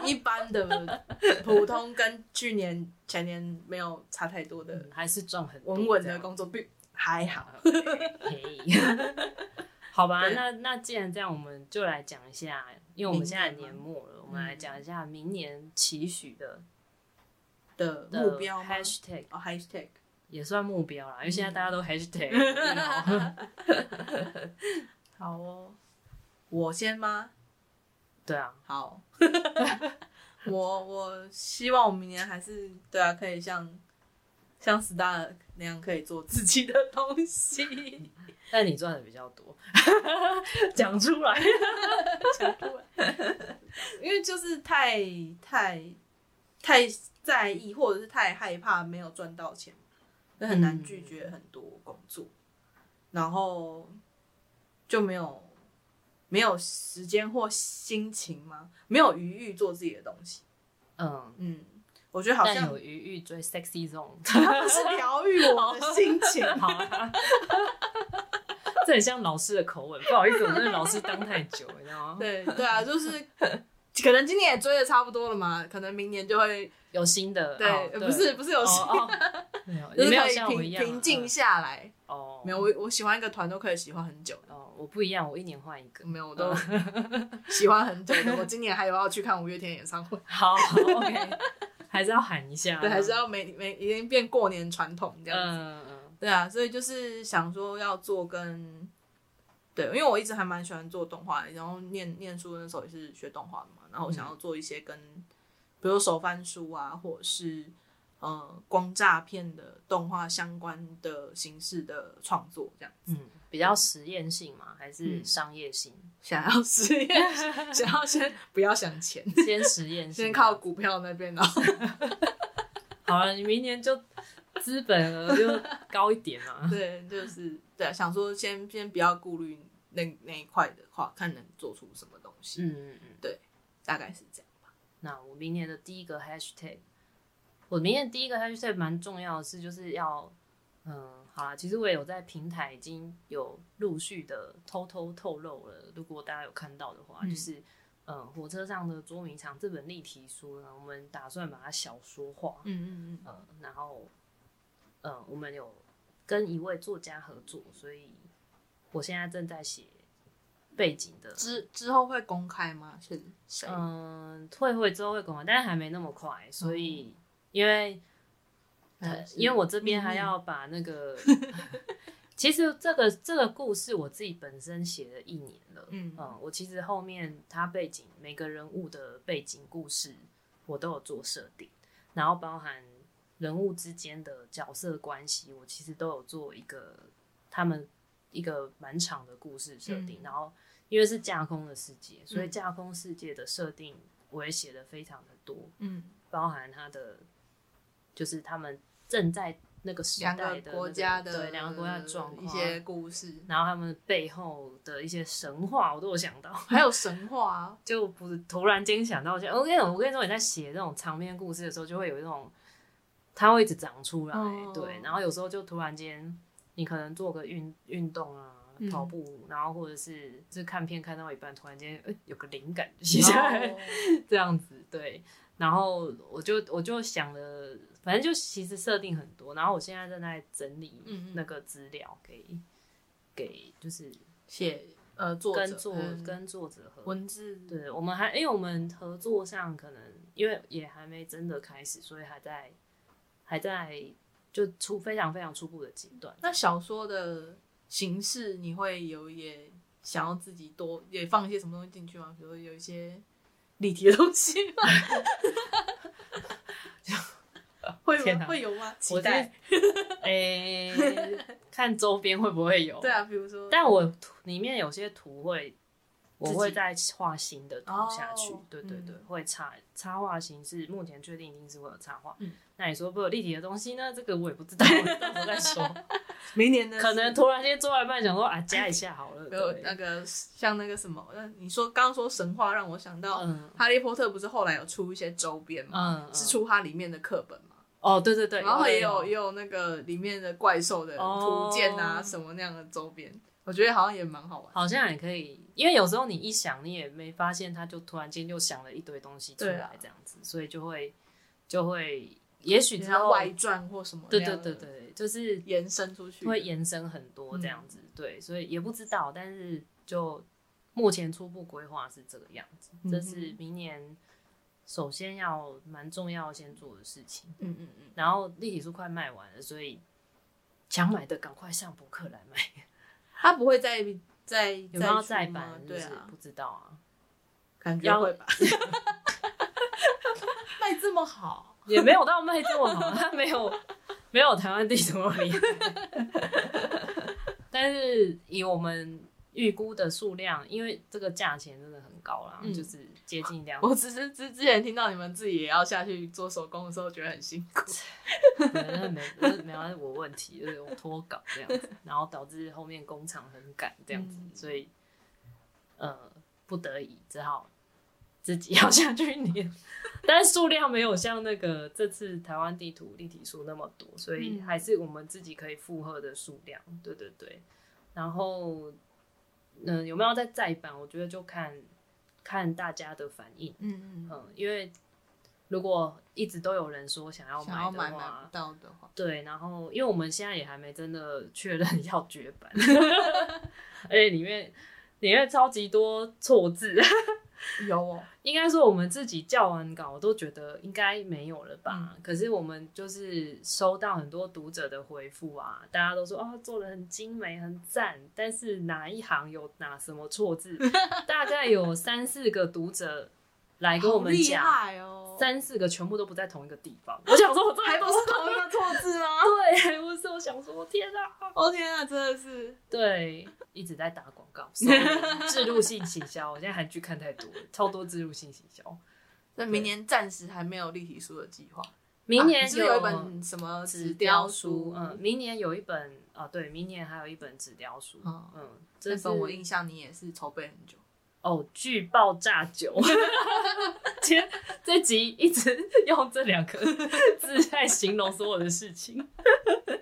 很 一般的普通，跟去年前年没有差太多的
还是赚很多
稳稳的工作，并还好。
这样。嘿 好吧，
对
那那既然这样，我们就来讲一下，因为我们现在年末了，我们
嗯
来讲一下明年期许的
的
的
目标吗
hashtag
哦，hashtag
也算目标啦，因为现在大
嗯
家都 hashtag，you know
好哦，我先吗？
对啊，
好， 我我希望我明年还是对啊，可以像像 Star 那样可以做自己的东西。
但你赚的比较多， 讲出 来，
啊因为就是太太太在意，或者是太害怕没有赚到钱，就很难
嗯
拒绝很多工作，然后就没有没有时间或心情吗？没有余裕做自己的东西。
嗯，
嗯，我觉得好
但
像
有余欲追 sexy zone，
它是疗愈我
哦
的心情。
好、啊， 这很像老师的口吻，不好意思，我真的老师当太久，你知道吗？
对对啊，就是 可能今年也追的差不多了嘛，可能明年就会
有新的，
对，
哦
呃不是不是有心，
哦哦没有，
就
你
是
没有
可以
像我一
平
样
平静
嗯
下来。
哦，
没有，我我喜欢一个团都可以喜欢很久
哦，我不一样，我一年换一
的，
个。
没有，我都
嗯
喜欢很久的。我今年还有要去看五月天演唱 会，
好，OK，还是要喊一下，
对，还是要每每已经变过年传统这样子。
嗯嗯
对啊，所以就是想说要做跟对，因为我一直还蛮喜欢做动画，然后念念书那时候也是学动画的嘛，然后
嗯
我想要做一些跟，比如手翻书啊，或者是呃光诈骗的动画相关的形式的创作这样。
嗯，比较实验性嘛，还是
嗯
商业性？
想要实验， 想要先不要想钱，
先实验性，
先靠。股票那边，然后
好了，你明年就资本额就高一点嘛。
对，就是对啊，想说先先不要顾虑那那一块的话，看能做出什么东西，
嗯嗯嗯。
大概是这样吧。
那我明年的第一个 hashtag，我明年第一个 hashtag 蛮重要的是，就是要，嗯，好啦，其实我也有在平台已经有陆续的偷偷透露了，如果大家有看到的话，
嗯
就是，嗯，火车上的捉迷藏这本立体书呢，我们打算把它小说化，
嗯嗯嗯，
嗯，然后，嗯，我们有跟一位作家合作，所以我现在正在写背景的
之之后会公开吗？是谁？
嗯，退会之后会公开，但是还没那么快，所以、因为呃
还是
因为我这边还要把那个，其实这个这个故事我自己本身写了一年了，
嗯
嗯，我其实后面它背景每个人物的背景故事我都有做设定，然后包含人物之间的角色关系，我其实都有做一个他们一个蛮长的故事设定，
嗯
然后因为是架空的世界，所以
嗯
架空世界的设定我也写的非常的多，
嗯，
包含他的就是他们正在那个时代
两
的、
个
那个、
国家的
对两个国家的状况啊
一些故事，
然后他们背后的一些神话，我都有想到，
还有神话 啊，
就不是突然间想到一些。我跟你讲，我跟你说，你在写这种长篇故事的时候，就会有一种，它会一直长出来，
哦
对。然后有时候就突然间，你可能做个运运动啊
嗯，
跑步，然后或者是就是看片看到一半，突然间、哎有个灵感就写下来，
哦
这样子对。然后我就我就想了，反正就其实设定很多，然后我现在正在整理
嗯嗯
那个资料给、给就是
写呃作者
跟作、
嗯
跟作者合
文字
对，我们还因为我们合作上可能因为也还没真的开始，所以还在还在就初非常非常初步的阶段。
那小说的形式，你会有也想要自己多也放一些什么东西进去吗？比如有一些立体的东西吗？ 会
天
吗？
哪
会有吗？
我
期
是
待。
诶、 看周边会不会有？
对啊，比如说，
但我图里面有些图会，我
自己
会再画新的图下去。
哦
对对对，
嗯
会插插画形式，目前确定一定是会有插画。
嗯
那你说会有立体的东西呢？这个我也不知道，到时候再说。
明年的
可能突然间做到一半想说啊，加一下好了。
没有呃
对
那个像那个什么，那你说刚刚说神话，让我想到
嗯
哈利波特不是后来有出一些周边吗？
嗯，
是出它里面的课本吗？
哦，对对对，
然后也
有
有也有那个里面的怪兽的
哦
图鉴啊，什么那样的周边，我觉得好像也蛮好玩。
好像也可以，因为有时候你一想，你也没发现，他就突然间就想了一堆东西出
对啊
来，这样子，所以就会就会，也许之
像
后，
外传或什么，
对对对，对，就是
延伸出去，嗯
会延伸很多这样子，对，所以也不知道，但是就目前初步规划是这个样子，
嗯哼
这是明年首先要蛮重要先做的事情。
嗯嗯嗯，
然后立体书快卖完了，所以想买的赶快上博客来买，
它不会再再
有没有
再
再
出吗
版？是不
对
是
啊，
不知道啊。
感觉
要
会吧。 卖这么好，
也没有到卖这么好，啊它没有没有台湾地图那么厉害。但是以我们预估的数量，因为这个价钱真的很高啦，
嗯
就是接近两
我只是之之前听到你们自己也要下去做手工的时候，觉得很辛苦。
百，那没那没有那是我问题，就是我脱稿这样子，然后导致后面工厂很赶这样子，
嗯
所以呃不得已只好自己要 下去念，但是数量没有像那个这次台湾地图立体书那么多，所以
嗯
还是我们自己可以负荷的数量。对对对，然后嗯、有没有在再版？我觉得就看看大家的反应。
嗯
嗯，因为如果一直都有人说想要
想
买
要
的
买买
话
不，到的话，
对，然后因为我们现在也还没真的确认要绝 版，而且里面里面超级多错字，
有哦，
应该说我们自己校完稿都觉得应该没有了吧。
嗯
可是我们就是收到很多读者的回复啊，大家都说哦做的很精美很赞，但是哪一行有哪什么错 字，大概有三四个读者来跟我
好
们
厉
讲。
害哦，
三四个全部都不在同一个地方。我想说，我这
还
还
不
不
是
是
同一个错字吗？
对，还不是我想说，天啊！
哦天啊，真的是
对，一直在打广告，sorry，植入性行销。我现在韩剧看太多了，超多植入性行销。
那明年暂时还没有立体书的计划，
明年嗯
啊你是不是有一本什么
纸
雕
雕书，嗯，，明年有一本哦，对，明年还有一本纸雕书，
哦
嗯，这
这
是
本我印象你也是筹备 很久。
哦，巨爆炸 酒，其实这集一直用这两个字在形容所有的事情，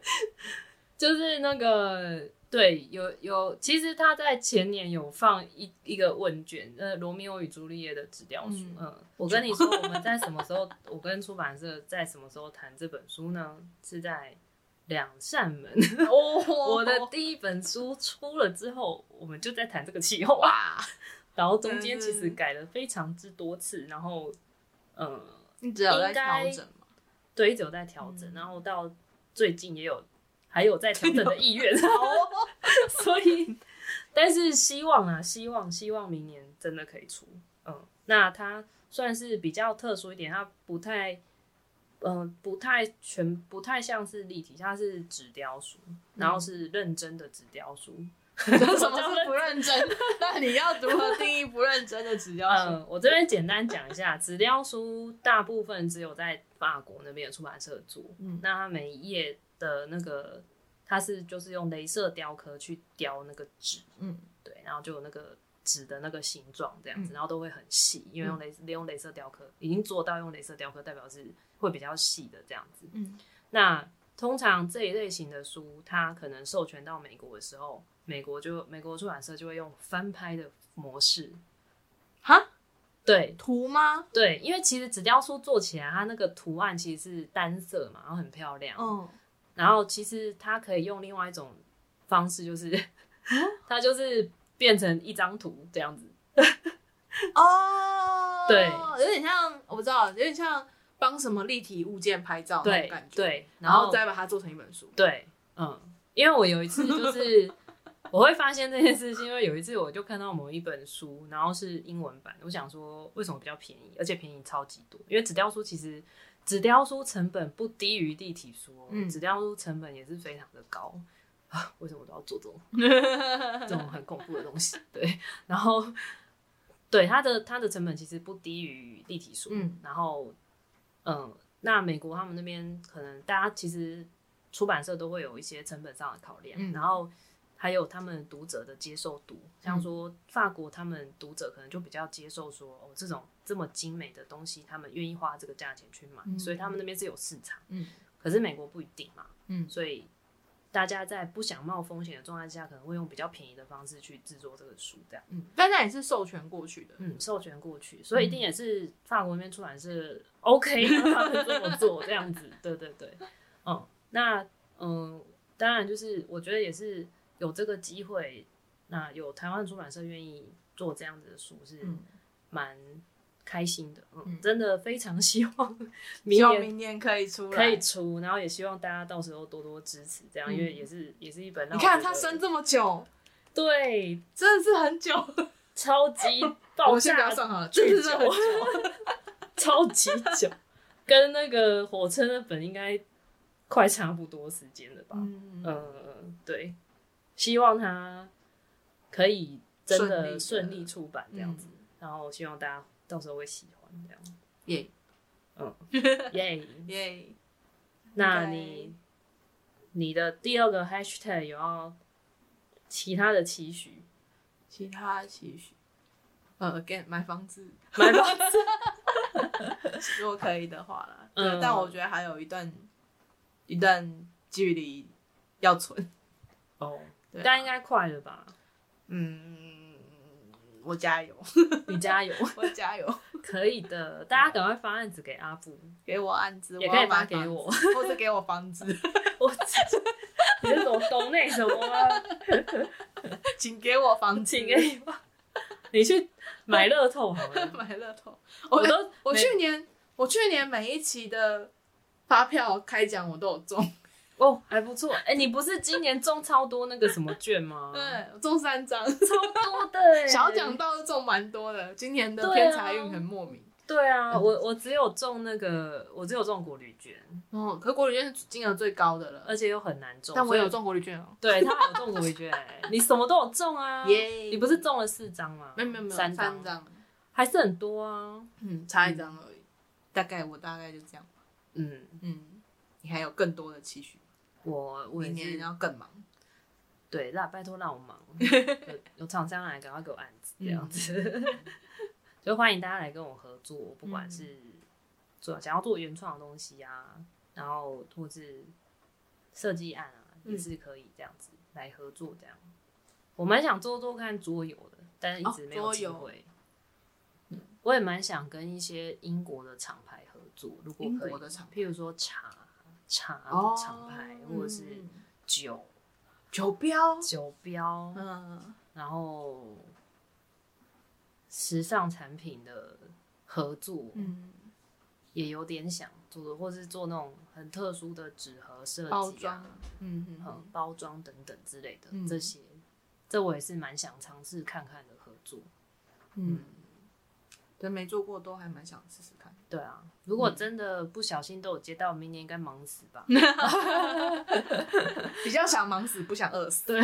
就是那个对，有有，其实他在前年有放一一个问卷，呃，《罗密欧与朱丽叶》的纸雕书，
嗯
嗯我跟你说，我们在什么时候，我跟出版社在什么时候谈这本书呢？是在两扇门，
哦，
我
我
的
的
第一本书出了之后，我们就在谈这个气候啊。
哇！
然后中间其实改了非常之多次，然后呃，
你只有在调
应
整嘛？
对，一直有在调整，
嗯
然后到最近也有还有在调整的意 愿，
哦，
所以但是希望啊，希望希望明年真的可以出，嗯，那它算是比较特殊一点，它不太嗯、呃不太全不太像是立体，它是纸雕书，然
嗯
后是认真的纸雕书，
什么是不 认真？那你要如何定义不认真的指标书？
嗯，我这边简单讲一下， 纸雕书大部分只有在法国那边的出版社做。
嗯
那它每一页的那个，它是就是用镭射雕刻去雕那个纸，
嗯，
对，然后就有那个纸的那个形状这样子，
嗯
然后都会很细，因为用镭利用镭射雕刻已经做到用镭射雕刻，代表是会比较细的这样子。
嗯，
那通常这一类型的书，它可能授权到美国的时候，美国就美国出版社就会用翻拍的模式，
哈，
对，
图吗？
对，因为其实纸雕书做起来，它那个图案其实是单色嘛，然后很漂亮。
嗯，
然后其实它可以用另外一种方式，就是
啊
它就是变成一张图这样子。
哦，
嗯对
有点像我不知道，有点像帮什么立体物件拍照那种
对
感觉，，
对，
然
然
后
后
再把它做成一本 书。
对，嗯，因为我有一次就是 我会发现这件事，是因为有一次我就看到某一本书，然后是英文版，我想说为什么比较便宜，而且便宜超级多，因为纸雕书其实纸雕书成本不低于立体书、哦，
嗯
纸雕书成本也是非常的高。啊，为什么我都要做这种这种很恐怖的东西？对，然后对它的它的成本其实不低于立体书，
嗯，
然后嗯，那美国他们那边可能大家其实出版社都会有一些成本上的考量，
嗯
然后还有他们读者的接受度，
嗯
像说法国他们读者可能就比较接受说哦这种这么精美的东西，他们愿意花这个价钱去买，
嗯
所以他们那边是有市场，
嗯，
可是美国不一定嘛，
嗯
所以。大家在不想冒风险的状态下，可能会用比较便宜的方式去制作这个书，这样。
嗯，但那也是授权过去的。
嗯，授权过去，所以
嗯
一定也是法国那边出版社 OK 让他们这么做这样子，对对对，嗯，那嗯，当然就是我觉得也是有这个机会，那有台湾出版社愿意做这样子的书是
嗯，
蛮开心的，嗯，
嗯
真的非常希 望
希
明
望
年
明年可以出来。
可以出，然后也希望大家到时候多多支持，这样、因为
嗯
也是也是一本让
你
我
看
觉
他
得
生这么久，
对
真的是 很久。
超级
我
爆
们先不
炸
要上好了，
巨
真
久
的是很久。
超级久，跟那个火车那本应该快差不多时间了吧？ 嗯、
嗯
呃，对，希望它可以真的
顺
顺
利嗯的
利出版这样子，然后希望大家到时候会喜欢这样。嗯
耶
耶、
嗯耶，
那
应该
你你的第二个 hashtag 有要其他的期许？
其他期许，呃，again 买房子，
买房
子， 如果可以的话啦。对，
嗯
但我觉得还有一段一段距离要存。
哦，
对啊
但应该快了吧？
嗯，我加油，
你加油，
我加油，
可以的，大家赶快发案子给阿布，
给我案子，
也
我
可以
要
发
买
给
房
我。
子，或者给我房子，
我这 你是懂懂那什么吗？
请给我房 子，
请给我，你去买乐透好了。
买乐透。我
我都
我
没
去年我去年每一期的发票开奖我都有中，
哦，还不错。哎、你不是今年中超多那个什么券吗？，
对，我中三张，
超多的、欸。
小奖倒是中蛮多的。今年的
对啊
偏财运很莫名。
对啊，我我只有中那个，我只有中国旅券，
哦，可国旅券是金额最高的了，
而且又很难中。
但
嗯
我
所以
有，中国旅券哦。
对他有中国旅券、 哎你什么都有中啊。
耶
你不是中了四张吗？
没有没有没有
三
三张，
还是很多啊。
嗯，差一张而已。大概我大概就这样。
嗯，
嗯，你还有更多的期许，
我我
明
也
年
是
要更忙。
对，那拜托让我 忙，有有厂商来赶快给我案子这
嗯
样子， 就欢迎大家来跟我合作，不管
嗯
是做想要做原创的东西啊，然后或是设计案啊，也
嗯
是可以这样子来合作这样。我蛮想做做看桌游的，但是一
哦
直没有机
桌游
会。嗯我也蛮想跟一些英国的厂牌合作，如果
英
可以
国，的厂
譬如说茶茶
哦
的厂牌，或者是
嗯
酒
酒标，
酒标，
嗯，
然后时尚产品的合作，
嗯，
也有点想做的，或是做那种很特殊的纸盒设计、啊、
包装，嗯嗯
嗯
嗯，
包装等等之类的、
嗯
这些，这我也是蛮想尝试看看的合作。
嗯，但没做过都还蛮想试试看。
对啊，如
嗯
果真的不小心都有接到，明年应该忙死 吧？
比较想忙死，不想饿死，
对，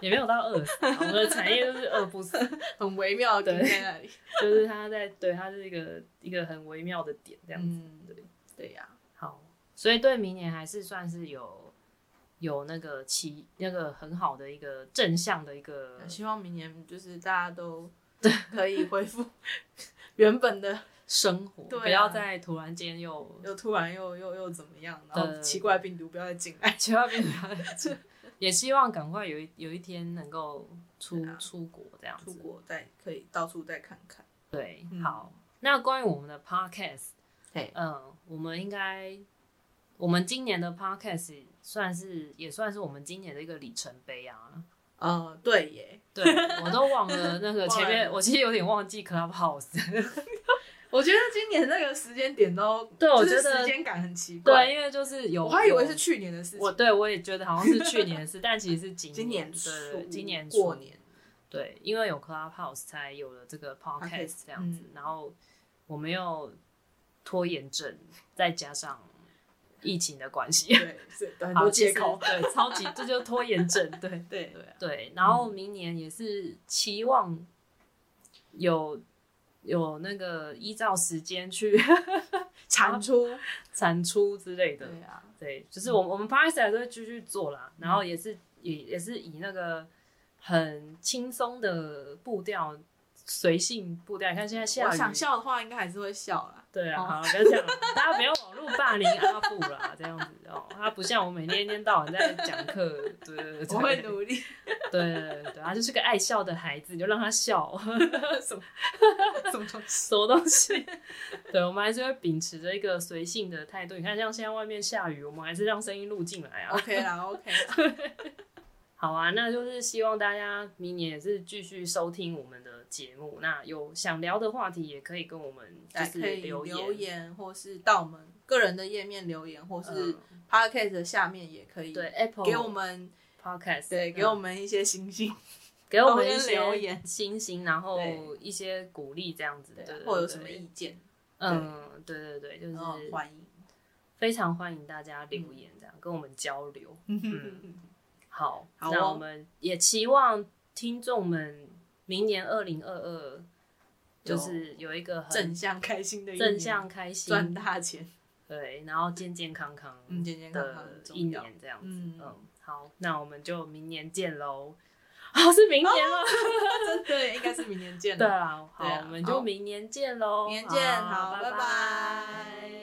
也没有到饿死啊，我们的产业就是饿不死，
很微妙的
对
在那里。
就是它在对它是一个一个很微妙的点这样子。
嗯，
对
对呀，
好，所以对明年还是算是有有那个期那个很好的一个正向的一个
希望明年就是大家都可以恢 复原本的，
生活，
对啊
不要再突然间又
又突然又又又怎么样，然后
对
奇怪的病毒不要再进来。
千万别也希望赶快有一有一天能够出、
对啊
出国这样
出
子。
国再可以到处再看看。
对，
嗯
好。那关于我们的 podcast，
嘿
嗯，我们应该我们今年的 podcast 算是也算是我们今年的一个里程碑啊。
呃，对耶，
对，我都忘了那个
忘了
前面，我其实有点忘记 Clubhouse。
我觉得今年那个时间点都，
对我
就是
觉得
时间感很奇怪。
对，因为就是有，
我还以为是
有
去年的事
我，
情，
对我也觉得好像是去年的事，但其实是今
今
年，
年
对
初
对，今年
过
初
年，
对，因为有 Clubhouse 才有了这个 podcast
Podcast，
这样子，
嗯
然后我们又拖延症，再加上疫情的关系，
对，是很多借
好，，
口
就是对，超级这就是拖延症，对
对对啊，
对，然后明年也是期望有。有那个依照时间去
产出，
产出之类的，
对啊，
对，就是我们我们 p a r t 还是会继续做啦，然
嗯
后也是也也是以那个很轻松的步调，随性步调。你看现在啊下雨，
我想笑的话，应该还是会笑啦。
对啊，
哦
好了，不要这样了，大家不要网络霸凌阿布啦，这样子哦，他不像我每天一天到晚在讲课，对对对，对
我会 努力，
对对对对，他就是个爱笑的孩子，你就让他笑，
什么什么东西？
什么东西？ 对，我们还是会秉持着一个随性的态度。你看，像现在外面下雨，我们还是让声音录进来啊。
OK 啦，OK 啦，
好啊，那就是希望大家明年也是继续收听我们的节目。那有想聊的话题，也可以跟我们 就
大
是
家哎可以
留言，
留言，或是到我们个人的页面留言，或是
嗯
Podcast 的下面也可以，
对 Apple
给我们
Podcast，
对，
嗯
给我们一些星星，
给我们一
跟留
些
言
星星，然后
对
一些鼓励这样子的，对啊
对，啊哦
对
或者有什么
对
意见，
嗯，对对对，就
然后
是
欢迎。
非常欢迎大家
嗯
留言，这样跟我们交流。 嗯，好，
好哦
那我们也期望听众们明年二零二二就是有一个很
正向开心的一年
正向开心，
赚 大钱，
对，然后健健康康，
嗯，健健康康很
一
重要。
年这样子，嗯
嗯
好，那我们就明年见喽。 哦，是明年了，
对，应该是明年见
对
了，
啊，好，
对啊
我们就
好
明年见喽，
明年见，
好，
好，拜
拜
拜。